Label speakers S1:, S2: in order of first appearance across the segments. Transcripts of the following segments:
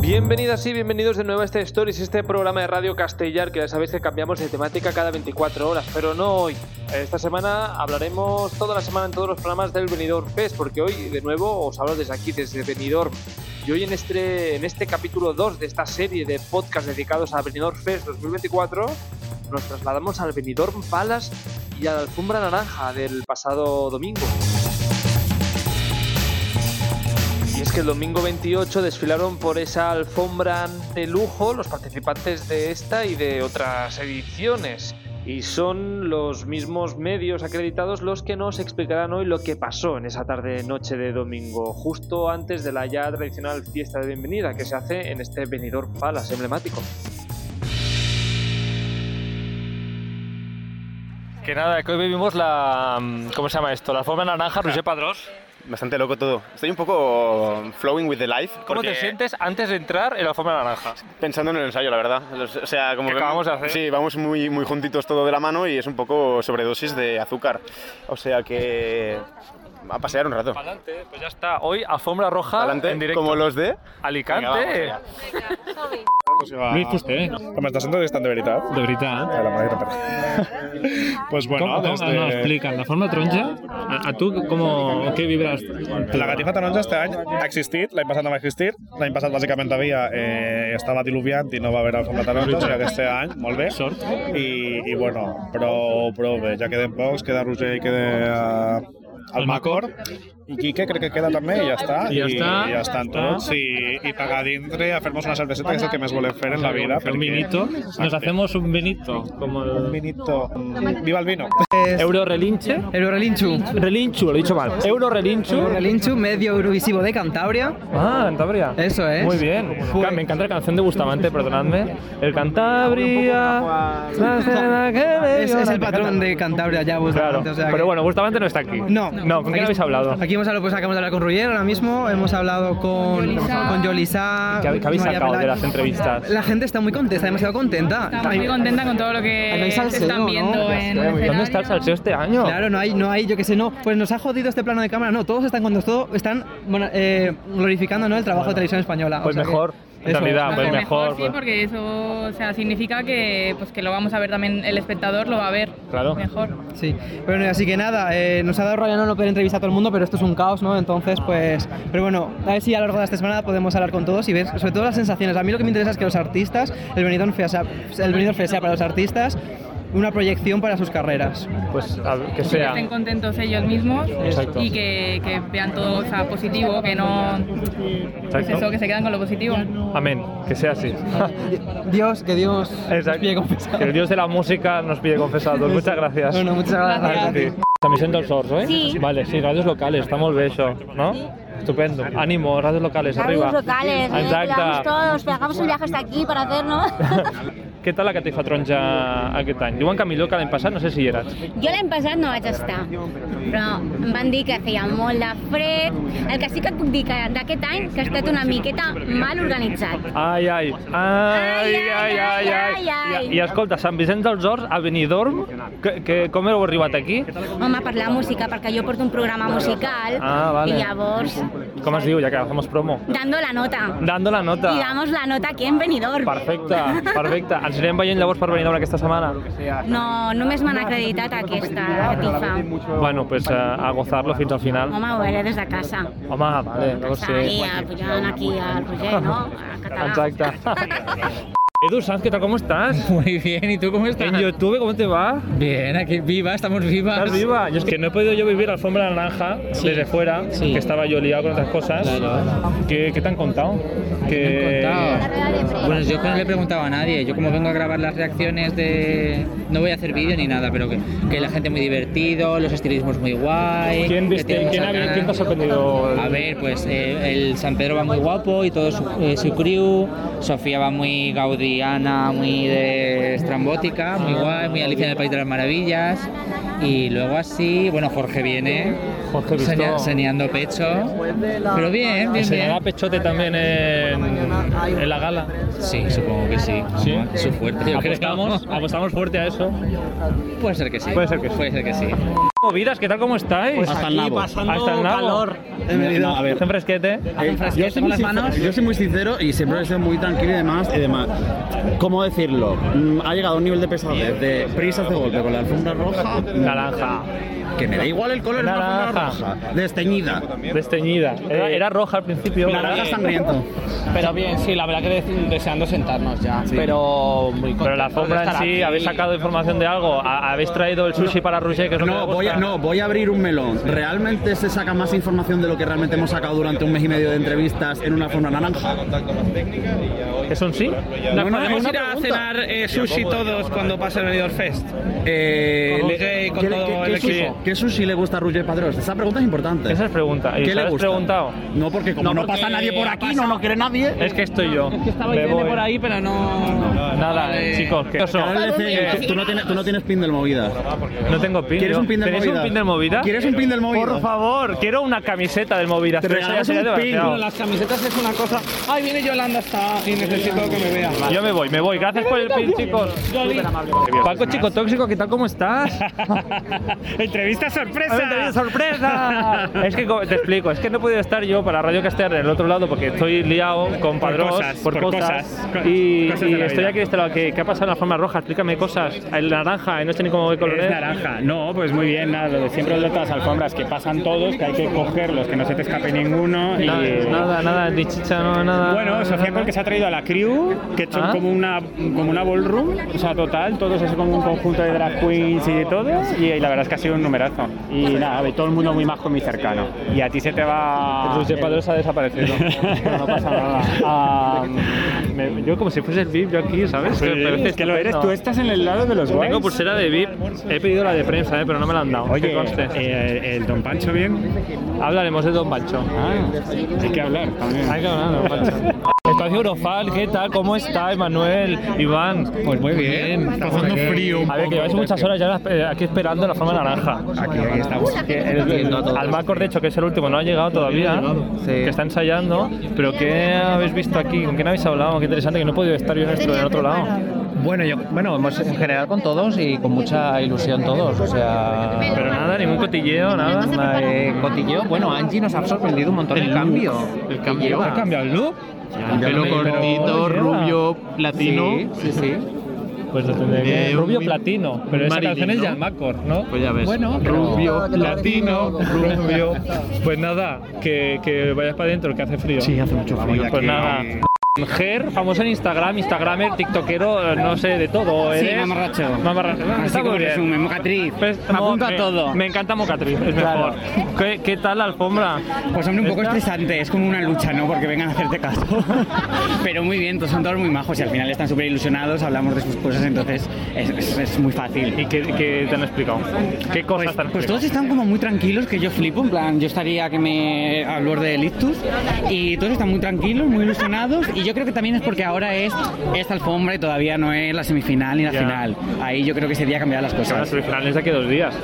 S1: Bienvenidas y bienvenidos de nuevo a este Stories, este programa de Radio Castellar que ya sabéis que cambiamos de temática cada 24 horas, pero no hoy. Esta semana hablaremos toda la semana en todos los programas del Benidorm Fest, porque hoy de nuevo os hablo desde aquí, desde Benidorm. Y hoy en este, en este capítulo 2 de esta serie de podcasts dedicados a Benidorm Fest 2024, nos trasladamos al Benidorm Palace y a la alfombra naranja del pasado domingo. Y es que el domingo 28 desfilaron por esa alfombra de lujo los participantes de esta y de otras ediciones. Y son los mismos medios acreditados los que nos explicarán hoy lo que pasó en esa tarde-noche de domingo, justo antes de la ya tradicional fiesta de bienvenida que se hace en este venidor Palace emblemático. Que nada, que hoy vivimos la. mm, ¿Cómo se llama esto? La forma naranja, Roger Padrós.
S2: Bastante loco todo. Estoy un poco flowing with the life.
S1: ¿Cómo
S2: porque-
S1: te sientes antes de entrar en la forma naranja?
S2: Pensando en el ensayo, la verdad. Los- O sea, como
S1: ¿Qué
S2: que-
S1: acabamos de hacer?
S2: Sí, vamos muy, muy juntitos todo de la mano y es un poco sobredosis de azúcar. O sea que. A pasear un rato.
S1: Adelante, pues ya está. Hoy alfombra roja
S2: Adelante,
S1: Ah, en directo.
S2: como los de.
S1: Alicante. Pues
S2: Venga,
S3: Lluís Fuster,
S4: M'està sent distant de veritat?
S3: de veritat.
S4: Eh, la mare que pues
S3: Com,
S4: bueno,
S3: com,
S4: des de...
S3: no, explica'm, la forma taronja, a, a tu com, què vibres?
S4: La catifa taronja este any ha existit, l'any passat no va existir, l'any passat bàsicament havia, eh, estava diluviant i no va haver alfombra taronja, o sigui que aquest any, molt bé.
S3: Sort.
S4: I, i bueno, però, però bé, ja queden pocs, queda Roger i queda el Macor, i Quique crec que queda també i ja està.
S3: I ja està.
S4: I ja estan tots. I, i pagar dintre, a fer-nos una cerveseta, que és el que més volem fer en la vida.
S3: Un vinito. Nos hacemos un vinito. Como
S4: Un
S3: el...
S4: vinito. Viva el vino.
S3: Euro relinche.
S5: El Relinchu.
S3: Relinchu, lo he dicho mal. Euro relinchu.
S5: El Relinchu, medio eurovisivo de Cantabria.
S3: Ah, Cantabria.
S5: Eso es.
S3: Muy bien.
S5: Fue-
S3: Me encanta la canción de Bustamante, perdonadme. El Cantabria. la cena que me
S5: Ah, Es,
S3: dio
S5: es
S3: la-
S5: el
S3: Me
S5: patrón
S3: encanta.
S5: de Cantabria ya,
S3: Claro.
S5: Bustamante. o sea que-
S3: Pero bueno, Bustamante no está aquí.
S5: No.
S3: No, ¿con quién
S5: Aquí-
S3: habéis hablado?
S5: Aquí hemos hablado, pues acabamos de hablar con Ruyer ahora mismo, hemos hablado con con Yolisa.
S3: ¿Qué, qué habéis
S5: María
S3: sacado de
S5: Pelay.
S3: las entrevistas?
S5: La gente está muy contenta, está demasiado contenta.
S6: Estaba muy
S5: Hay-
S6: contenta con todo lo
S5: Ah, no hay
S6: que se
S5: salseo, ¿no?
S6: están viendo
S5: Ya
S6: en el
S3: ¿Dónde está el
S6: escenario.
S3: salseo este año?
S5: Claro, no hay, no hay, yo qué sé, no. Pues nos ha jodido este plano de cámara, no. Todos están contentos, todos están bueno, eh, glorificando ¿no? el trabajo de televisión española. o
S3: Pues
S5: sea que-
S3: mejor, en
S5: eso es,
S3: realidad, pues
S6: Pues
S5: mejor.
S3: mejor,
S6: mejor, sí,
S3: pues.
S6: porque eso o sea, significa que, pues, que lo vamos a ver también, el espectador lo va a ver
S3: Claro.
S6: mejor.
S5: Sí, bueno, así que nada, eh, nos ha dado rollo no no poder entrevistar a todo el mundo, pero esto es un caos, ¿no? Entonces, pues, pero bueno, a ver si a lo largo de esta semana podemos hablar con todos y ver sobre todo las sensaciones. A mí lo que me interesa es que los artistas, el Benidorm Fest sea, el Benidorm Fest sea para los artistas una proyección para sus carreras.
S3: Pues a ver, que
S6: Que
S3: sea.
S6: estén contentos ellos mismos
S3: Exacto.
S6: y que, que vean todo o sea, positivo, que no... Pues
S3: Exacto.
S6: eso, que se quedan con lo positivo.
S3: Amén, que sea así.
S5: Dios, que Dios nos pille
S3: Que el
S5: confesados.
S3: dios de la música nos pide confesados. Muchas gracias.
S5: Bueno, muchas gracias.
S3: També sent dels sorts, oi? Sí. Vale, sí, ràdios locales, està molt bé això, no? Estupendo. Ànimo, ràdios locales, arriba.
S7: Radios locales, eh, cuidamos
S3: Exacte.
S7: todos, pegamos un viaje hasta aquí para hacernos.
S3: Què tal la catifa taronja aquest any? Diuen que millor que l'any passat, no sé si hi eres.
S7: Jo l'any passat no vaig estar, però em van dir que feia molt de fred. El que sí que et puc dir que d'aquest any que ha estat una miqueta mal organitzat.
S3: Ai, ai, ai, ai, ai, ai. I, I escolta, Sant Vicenç dels Horts, a Benidorm, que, que, com heu arribat aquí?
S7: Home, per la música, perquè jo porto un programa musical
S3: Ah, vale.
S7: i llavors
S3: Com es diu, ja que hacemos promo?
S7: dando la nota.
S3: Dando la nota.
S7: Y damos la nota aquí en Benidorm.
S3: Perfecte, perfecte. Ens anirem veient llavors per Benidorm aquesta setmana?
S7: No, només m'han acreditat aquesta catifa.
S3: Bueno, pues eh, a gozar-lo fins al final.
S7: Home, ho veuré des de casa.
S3: Home, vale, no
S7: Està ahí,
S3: sé.
S7: eh, pujant aquí al Roger, no? A català.
S3: Exacte. Edu Sanz, ¿qué tal? ¿Cómo estás?
S8: Muy bien, ¿y tú cómo estás?
S3: En YouTube, ¿cómo te va?
S8: Bien, aquí viva, estamos vivas.
S3: ¿Estás viva? Yo es que no he podido yo vivir la alfombra naranja desde fuera,
S8: Sí.
S3: que estaba yo liado con otras cosas.
S8: Claro.
S3: ¿Qué, qué te han contado?
S8: ¿Qué
S3: Que-
S8: me han contado? Eh, Bueno, yo que no le he preguntado a nadie. Yo como vengo a grabar las reacciones de... No voy a hacer vídeo ni nada, pero que, que la gente muy divertido, los estilismos muy guay.
S3: ¿Quién
S8: que
S3: viste?
S8: tiene
S3: ¿Quién,
S8: mucha
S3: ha-
S8: ganas.
S3: quién te ha sorprendido?
S8: A ver, pues eh, el San Pedro va muy guapo y todo su, eh, su crew. Sofía va muy gaudiana, muy de estrambótica, muy guay, muy Alicia en el País de las Maravillas. Y luego así, bueno, Jorge viene.
S3: Jorge Vistó.
S8: enseña- enseñando pecho. Pero bien, bien, bien.
S3: Enseñaba pechote también en, en la gala.
S8: Sí, supongo que sí.
S3: Sí.
S8: Su fuerte. yo creo.
S3: Apostamos, apostamos fuerte a eso.
S8: Puede ser que sí.
S3: Puede ser que sí.
S8: Puede ser que sí.
S3: Movidas, ¿qué tal? ¿Cómo estáis?
S8: Hasta el nabo.
S3: Hasta el Ah, nabo.
S5: en Benidorm.
S9: No, a ver.
S3: Hace un fresquete.
S5: Hace un fresquete
S9: Eh, yo soy
S5: con
S9: muy
S5: las
S9: sincero-
S5: manos.
S9: yo soy muy sincero y siempre he sido muy tranquilo y demás. Y demás. ¿Cómo decirlo? Mm, Ha llegado a un nivel de pesadez, de prisas de golpe con la alfombra roja, mm,
S3: Naranja.
S9: que me da igual el color, es una alfombra
S3: Naranja.
S9: roja, desteñida.
S3: Desteñida. Eh, Era, era roja al principio.
S9: Naranja sangriento.
S10: Pero bien, sí, la verdad que des- deseando sentarnos ya. Pero muy contento
S3: Pero la
S10: de
S3: alfombra en
S10: estar
S3: sí,
S10: aquí.
S3: ¿habéis sacado información de algo? ¿Ha- ¿Habéis traído el sushi para Roger, que es lo que
S9: No
S3: le
S9: voy, a,
S3: gusta?
S9: no, voy a abrir un melón. ¿Realmente se saca más información de lo que realmente hemos sacado durante un mes y medio de entrevistas en una forma naranja?
S3: ¿Es un sí?
S9: No, no,
S10: ¿Podemos
S9: una
S10: ir a
S9: pregunta.
S10: cenar eh, sushi todos cuando pase el Benidorm Fest?
S9: Eh,
S10: Con Ligue y con
S9: ¿qué-
S10: todo
S9: qué- qué
S10: el
S9: sushi-
S10: equipo.
S9: ¿Qué sushi le gusta a Roger Padrós? Esa pregunta es importante.
S3: Esa es pregunta. ¿Y
S9: ¿Qué
S3: se la
S9: le
S3: has
S9: gusta?
S3: preguntado?
S9: No, porque como no, pasa nadie por aquí, no nos quiere nadie.
S3: Es que estoy yo.
S10: Es que estaba
S3: Me
S10: Irene
S3: voy.
S10: por ahí, pero no...
S3: Nada,
S10: Vale.
S3: eh, chicos. ¿qué pasó?
S9: Ahora le dice,
S3: Eh,
S9: tú, no tienes, tú no tienes pin del movida.
S3: No tengo pin.
S9: ¿Quieres
S3: yo.
S9: un pin del
S3: ¿Tenéis
S9: movida?
S3: un pin del movida?
S9: ¿Quieres un pin del movida?
S3: Por favor, quiero una camiseta del movida.
S9: Te
S3: Pero
S9: regalamos
S3: ya sería
S9: un pin.
S3: demasiado.
S10: Bueno, las camisetas es una cosa... Ay, viene Yolanda hasta y necesito que me vea.
S3: Yo me voy, me voy. Gracias por el pin, chicos. Paco Chico Tóxico, ¿qué tal? ¿Cómo estás?
S10: ¡Entrevista
S3: ¡Sorpresa!
S10: sorpresa!
S3: ¡Sorpresa! es que co- te explico, es que no he podido estar yo para Radio Castellar del otro lado porque estoy liado con padrós,
S10: cosas, por cosas, co-
S3: y,
S10: cosas de
S3: y
S10: la
S3: estoy
S10: vida.
S3: aquí de este lado. ¿Qué, qué ha pasado en la forma roja? Explícame cosas. El naranja, no sé ni cómo qué color es.
S10: Es naranja. No, pues muy bien, nada, lo de siempre lo de las alfombras, que pasan todos, que hay que cogerlos, que no se te escape ninguno. Y...
S3: Nada, nada, nada, ni chicha, no, nada.
S10: Bueno, Sofía porque se ha traído a la crew, que son
S3: Ah.
S10: como una como una ballroom, o sea, total, todos es como un conjunto de drag queens y de todo, y la verdad es que ha sido un numerazo. Y nada, ve todo el mundo muy majo, muy cercano. Y a ti se te va...
S3: Roger Padrós ha desaparecido.
S10: no pasa nada. Ah,
S3: Me- yo como si fuese el VIP yo aquí, ¿sabes?
S10: sí,
S3: Me parece
S10: es que lo eres,
S3: estupendo.
S10: tú este. estás en el lado de los guays.
S3: Tengo pulsera de VIP, he pedido la de prensa, eh, pero no me la han dado. que
S10: Oye,
S3: conste.
S10: eh, ¿el Don Pancho bien?
S3: Hablaremos de Don Pancho.
S10: Ah, hay que hablar también.
S3: Hay que hablar de Don Pancho. Espacio Eurofal, ¿qué tal? ¿Cómo está Emanuel? Iván.
S5: Pues muy bien, está pasando frío.
S3: A ver, que lleváis muchas horas ya eh, aquí esperando la forma naranja.
S5: Aquí, aquí estamos.
S3: Al Marco Cordecho, que es el último, no ha llegado todavía, que está ensayando. Pero ¿qué habéis visto aquí? ¿Con quién habéis hablado? Qué interesante, que no he podido estar yo en esto del otro lado.
S8: Bueno, yo, bueno, hemos en general con todos y con mucha ilusión todos, o sea...
S3: Pero nada, ningún cotilleo, nada.
S8: eh, cotilleo, bueno, Angie nos ha sorprendido un montón el, cambio. El cambio.
S3: ¿Ha cambiado el look?
S8: Pelo
S3: cortito, rubio,
S8: latino. Sí, sí, sí.
S3: Pues lo tendré que... Rubio platino. Pero esa canción es Jan Macor, ¿no?
S10: Pues ya ves.
S8: Bueno,
S11: Ah,
S10: Rubio,
S3: platino, rubio. Pues nada, que, que vayas para adentro, que hace frío. Sí, hace mucho frío. Pues nada. Ger, famoso en Instagram, Instagramer, TikTokero, eh, no sé, de todo.
S10: Sí,
S3: ¿eres?
S10: mamarracho.
S3: Mamarracho. Está muy bien.
S10: mocatriz. eh.
S3: Pues, mo- me- Me encanta Mocatriz, es mejor.
S10: Claro.
S3: ¿Qué, qué tal la alfombra?
S10: Pues hombre, un poco
S3: ¿Esta?
S10: estresante, es como una lucha, ¿no? Porque vengan a hacerte caso. Pero muy bien, todos son todos muy majos y al final están súper ilusionados, hablamos de sus cosas, entonces es, es- es muy fácil.
S3: ¿Y qué, qué te han explicado? ¿Qué cosas
S10: Pues,
S3: te han explicado?
S10: pues todos están como muy tranquilos, que yo flipo, en plan, yo estaría que me al borde del ictus y todos están muy tranquilos, muy ilusionados y yo creo que también es porque ahora es esta alfombra y todavía no es la semifinal ni la
S3: Ya.
S10: final. Ahí yo creo que ese día cambiarán las
S3: Son las
S10: cosas.
S3: semifinales de aquí dos días.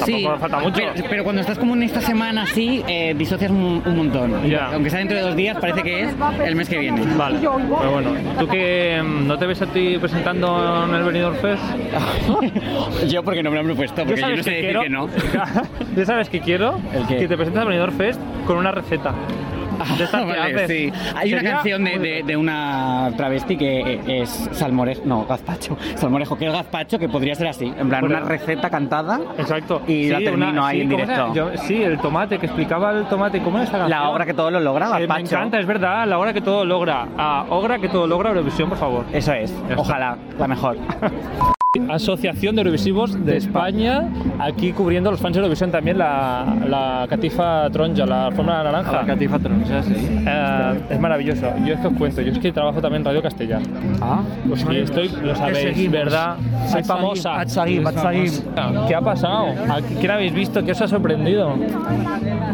S3: Tampoco me falta mucho.
S10: Pero, pero cuando estás como en esta semana así, eh, disocias un, un montón.
S3: Ya.
S10: Aunque sea dentro de dos días, parece que es el mes que viene.
S3: Vale, pero bueno, ¿tú que mm, no te ves a ti presentando en el Benidorm Fest?
S10: yo porque no me lo han propuesto, porque yo no sé decir que no.
S3: ¿Ya sabes que quiero?
S10: ¿El qué?
S3: Que te presentes al Benidorm Fest con una receta. De estas que
S10: Vale,
S3: haces.
S10: sí. Hay una
S3: Sería
S10: canción de,
S3: muy
S10: de- de una travesti que eh, es salmorejo, no, gazpacho, salmorejo, que es gazpacho, que podría ser así, en plan
S3: Bueno.
S10: una receta cantada.
S3: Exacto.
S10: Y la termino ahí en
S3: ¿cómo se llama?
S10: directo.
S3: Yo- sí, el tomate, que explicaba el tomate. ¿Cómo es esa canción?
S10: La obra que todo lo logra,
S3: Eh,
S10: gazpacho.
S3: me encanta, es verdad, la obra que todo logra. Ah, obra que todo logra Eurovisión, por favor.
S10: Eso es.
S3: está.
S10: Ojalá, la mejor.
S3: Asociación de Eurovisivos de España, aquí cubriendo a los fans de Eurovisión también la, la catifa tronja, la alfombra naranja. La catifa tronja, sí. es maravilloso. Yo es que os cuento, yo es que trabajo también en Radio Castellar.
S10: Ah,
S3: Y estoy, lo sabéis, ¿verdad? Soy famosa. ¿Qué ha pasado? ¿A ¿Quién habéis visto? ¿Qué os ha sorprendido?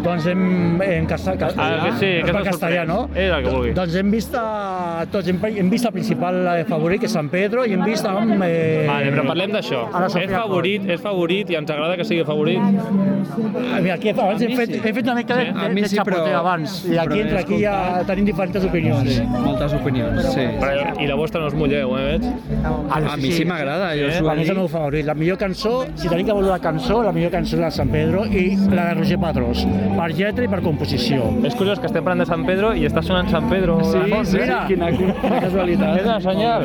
S11: Doncs hem, en casta- castellà,
S3: Ah, que sí, que
S11: es
S3: s'ha
S11: parla castellà, no?
S3: sorprès. Era que vulgui.
S11: Doncs hem vist, a, tots, hem, hem vist el principal eh, favorit, que és Sant Pedro, i hem vist amb... Eh,
S3: Vale, però parlem d'això.
S11: Ara
S3: És
S11: Sofia Cor.
S3: favorit, és favorit i ens agrada que sigui favorit.
S11: Ah, Mira, aquí, abans hem fet, he fet una mica de,
S3: Sí,
S11: de, de xapoter abans, i aquí entre aquí ja tenim diferents opinions.
S8: Moltes opinions, sí.
S3: Però, I la vostra no us mulleu, eh, veig?
S8: A mi sí m'agrada, jo
S3: Eh?
S8: s'ho
S11: Quan és el meu favorit. La millor cançó, si tenim que valorar cançó, la millor cançó és la de Sant Pedro i la de Roger Padrós. per lletra i per composició.
S3: És curiós que estem parlant de Sant Pedro i està sonant Sant Pedro.
S11: Sí,
S3: de fons,
S11: sí,
S3: mira.
S11: quina- quina casualitat.
S3: És un senyal.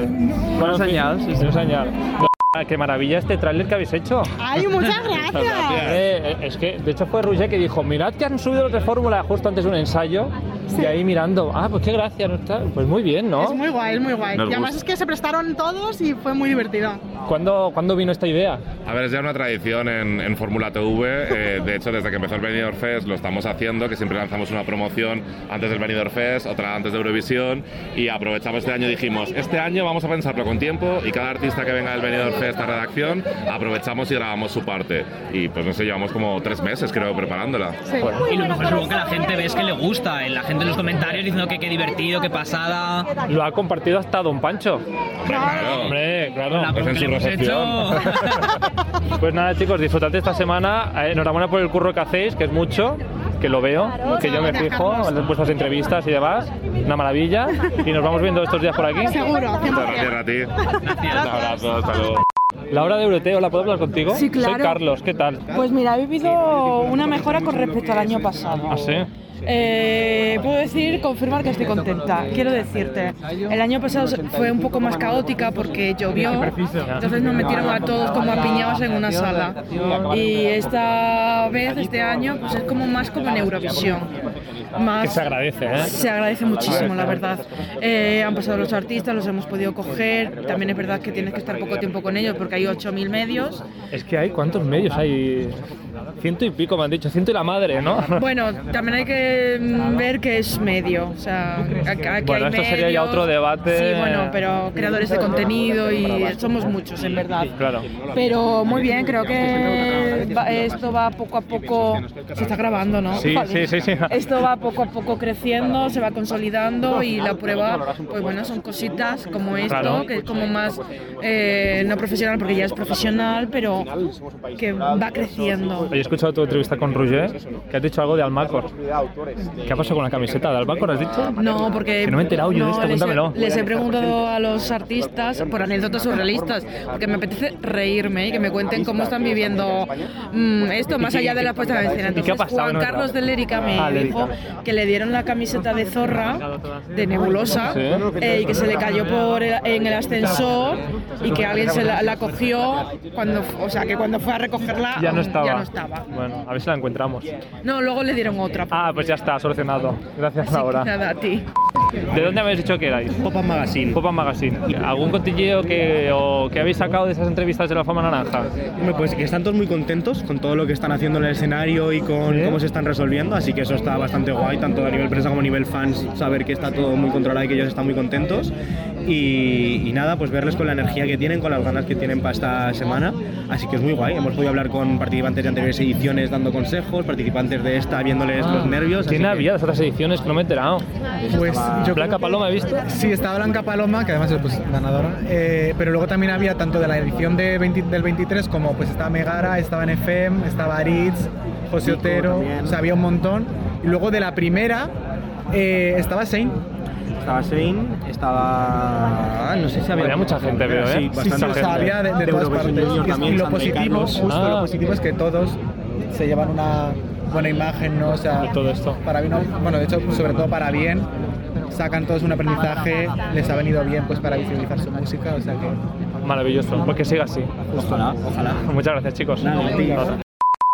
S3: Bona senyal, sí, sí. Un senyal. Ah, Qué maravilla este tráiler que habéis hecho.
S12: Ay, muchas gracias.
S3: Hombre, es que, de hecho, fue Roger que dijo, mirad que han subido los de Fórmula justo antes de un ensayo. Y ahí mirando, ah, pues qué gracia, ¿no está? Pues muy bien, ¿no?
S12: Es muy guay, es muy guay.
S3: Nos
S12: Y además
S3: gusta.
S12: es que se prestaron todos y fue muy divertido.
S3: ¿Cuándo, cuándo vino esta idea?
S13: A ver, es ya una tradición en, en Fórmula TV. eh, de hecho, desde que empezó el Benidorm Fest lo estamos haciendo, que siempre lanzamos una promoción antes del Benidorm Fest, otra antes de Eurovisión. Y aprovechamos este año, dijimos, este año vamos a pensarlo con tiempo y cada artista que venga del Benidorm Fest a redacción, aprovechamos y grabamos su parte. Y pues no sé, llevamos como tres meses, creo, preparándola.
S14: Y lo mejor supongo que la gente ves que le gusta, eh, la gente en los comentarios diciendo que qué divertido, qué pasada.
S3: Lo ha compartido hasta Don Pancho. Hombre, claro.
S14: La Pues en su promoción que hemos
S3: Pues nada, chicos, disfrutad de esta semana. Eh, Enhorabuena por el curro que hacéis, que es mucho, que lo veo, que yo me fijo en las- vuestras entrevistas y demás. Una maravilla. Y nos vamos viendo estos días por aquí.
S12: Seguro,
S13: Gracias a ti. Un abrazo, hasta luego.
S3: Laura de Euroteo, ¿la puedo hablar contigo?
S15: Sí, claro.
S3: Soy Carlos, ¿qué tal?
S15: Pues mira, he vivido una mejora con respecto al año pasado.
S3: ¿Ah, sí?
S15: Eh, puedo decir, confirmar que estoy contenta. Quiero decirte, el año pasado fue un poco más caótica porque llovió, entonces nos metieron a todos como apiñados en una sala. Y esta vez, este año, pues es como más como en Eurovisión. Más
S3: Que se agradece, ¿eh?
S15: se agradece muchísimo, la verdad. Eh, han pasado los artistas, los hemos podido coger. También es verdad que tienes que estar poco tiempo con ellos porque hay 8.000 medios.
S3: Es que hay, ¿cuántos medios hay? Ciento y pico, me han dicho. Ciento y la madre, ¿no?
S15: Bueno, también hay que mm, ver que es medio. O sea, a- aquí hay
S3: Bueno, esto sería ya
S15: medios.
S3: otro debate.
S15: Sí, bueno, pero creadores de contenido y somos muchos, en verdad.
S3: Claro.
S15: Pero muy bien, creo que va- esto va poco a poco. Se está grabando, ¿no?
S3: Sí, sí, sí, sí.
S15: Esto va poco a poco creciendo, se va consolidando y la prueba, pues bueno, son cositas como esto,
S3: Claro.
S15: que es como más eh, no profesional, porque ya es profesional, pero que va creciendo.
S3: He escuchado tu entrevista con Roger, que has dicho algo de Almacor. ¿Qué ha pasado con la camiseta de Almacor, has dicho?
S15: No, porque.
S3: Que no me he enterado yo de
S15: no,
S3: esto,
S15: les he-
S3: cuéntamelo.
S15: Les he preguntado a los artistas por anécdotas surrealistas, porque me apetece reírme y que me cuenten cómo están viviendo mm, esto, más allá de la puesta en escena.
S3: ¿Y qué ha
S15: Entonces,
S3: pasado?
S15: Juan
S3: No,
S15: Carlos de
S3: claro.
S15: Lérica me
S3: Ah,
S15: dijo
S3: Lérica.
S15: que le dieron la camiseta de zorra, de nebulosa,
S3: Sí.
S15: eh, y que se le cayó por el- en el ascensor y que alguien se la, la cogió, cuando, o sea, que cuando fue a recogerla
S3: Ya no
S15: aún
S3: estaba.
S15: Ya no estaba.
S3: Bueno, a ver si la encontramos.
S15: No, luego le dieron otra.
S3: Ah, pues ya está, solucionado. Gracias, Laura.
S15: Nada, a ti.
S3: ¿De dónde habéis dicho que erais? Popa Magazine. Popa Magazine. ¿Algún cotilleo que, o que habéis sacado de esas entrevistas de la fama naranja?
S16: Hombre, pues que están todos muy contentos con todo lo que están haciendo en el escenario y con cómo se están resolviendo, así que eso está bastante guay, tanto a nivel prensa como a nivel fans, saber que está todo muy controlado y que ellos están muy contentos. Y, y nada, pues verles con la energía que tienen, con las ganas que tienen para esta semana, así que es muy guay. Hemos podido hablar con participantes de anteriores ediciones dando consejos, participantes de esta viéndoles los nervios.
S3: Ah, ¿Quién
S16: así que-
S3: había de las otras ediciones? Que no me he enterado.
S17: Pues yo
S3: Blanca Paloma, ¿he visto?
S17: Sí, estaba Blanca Paloma, que además es pues, ganadora. eh, pero luego también había tanto de la edición de 20 del 23 como pues estaba Megara, estaba en FM, estaba Aritz, José
S16: Nico
S17: Otero,
S16: también.
S17: o sea, había un montón. Y luego de la primera eh, estaba Sein.
S16: Estaba Sein, estaba. No sé si había.
S3: Había mucha gente, veo, ¿eh?
S16: Sí,
S3: Sí,
S16: bastante
S17: o sea, había Ah, de, de todas partes. Y, es- y lo positivo, justo
S3: Ah,
S17: lo positivo es que todos se llevan una buena imagen, ¿no? O sea, todo esto. Para bien, o- bueno, de hecho, sobre todo para bien, sacan todos un aprendizaje, les ha venido bien pues para visibilizar su música, o sea que...
S3: Maravilloso, pues que siga así.
S17: Ojalá, ojalá.
S3: Muchas gracias, chicos.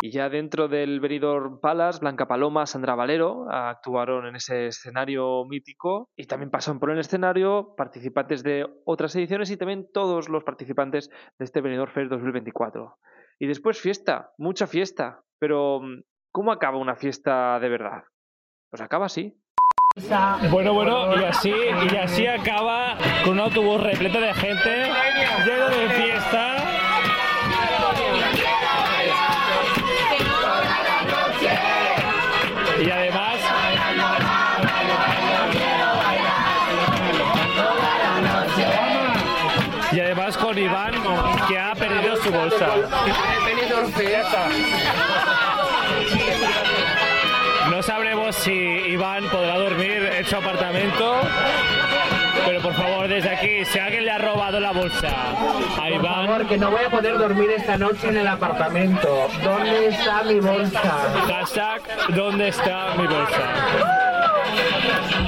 S1: Y ya dentro del Benidorm Palace, Blanca Paloma, Sandra Valero actuaron en ese escenario mítico y también pasaron por el escenario participantes de otras ediciones y también todos los participantes de este Benidorm Fest 2024. Y después fiesta, mucha fiesta, pero mm, ¿cómo acaba una fiesta de verdad? Pues acaba así.
S3: Bueno, bueno, y así, y así acaba con un autobús repleto de gente, lleno de fiesta. Y además... Y además con Iván, que ha perdido su bolsa. No sabremos si Iván podrá dormir en su apartamento Pero por favor, desde aquí, si alguien le ha robado la bolsa a Iván.
S18: Porque no voy a poder dormir esta noche en el apartamento. ¿Dónde está mi bolsa?
S3: Hashtag, ¿dónde está mi bolsa?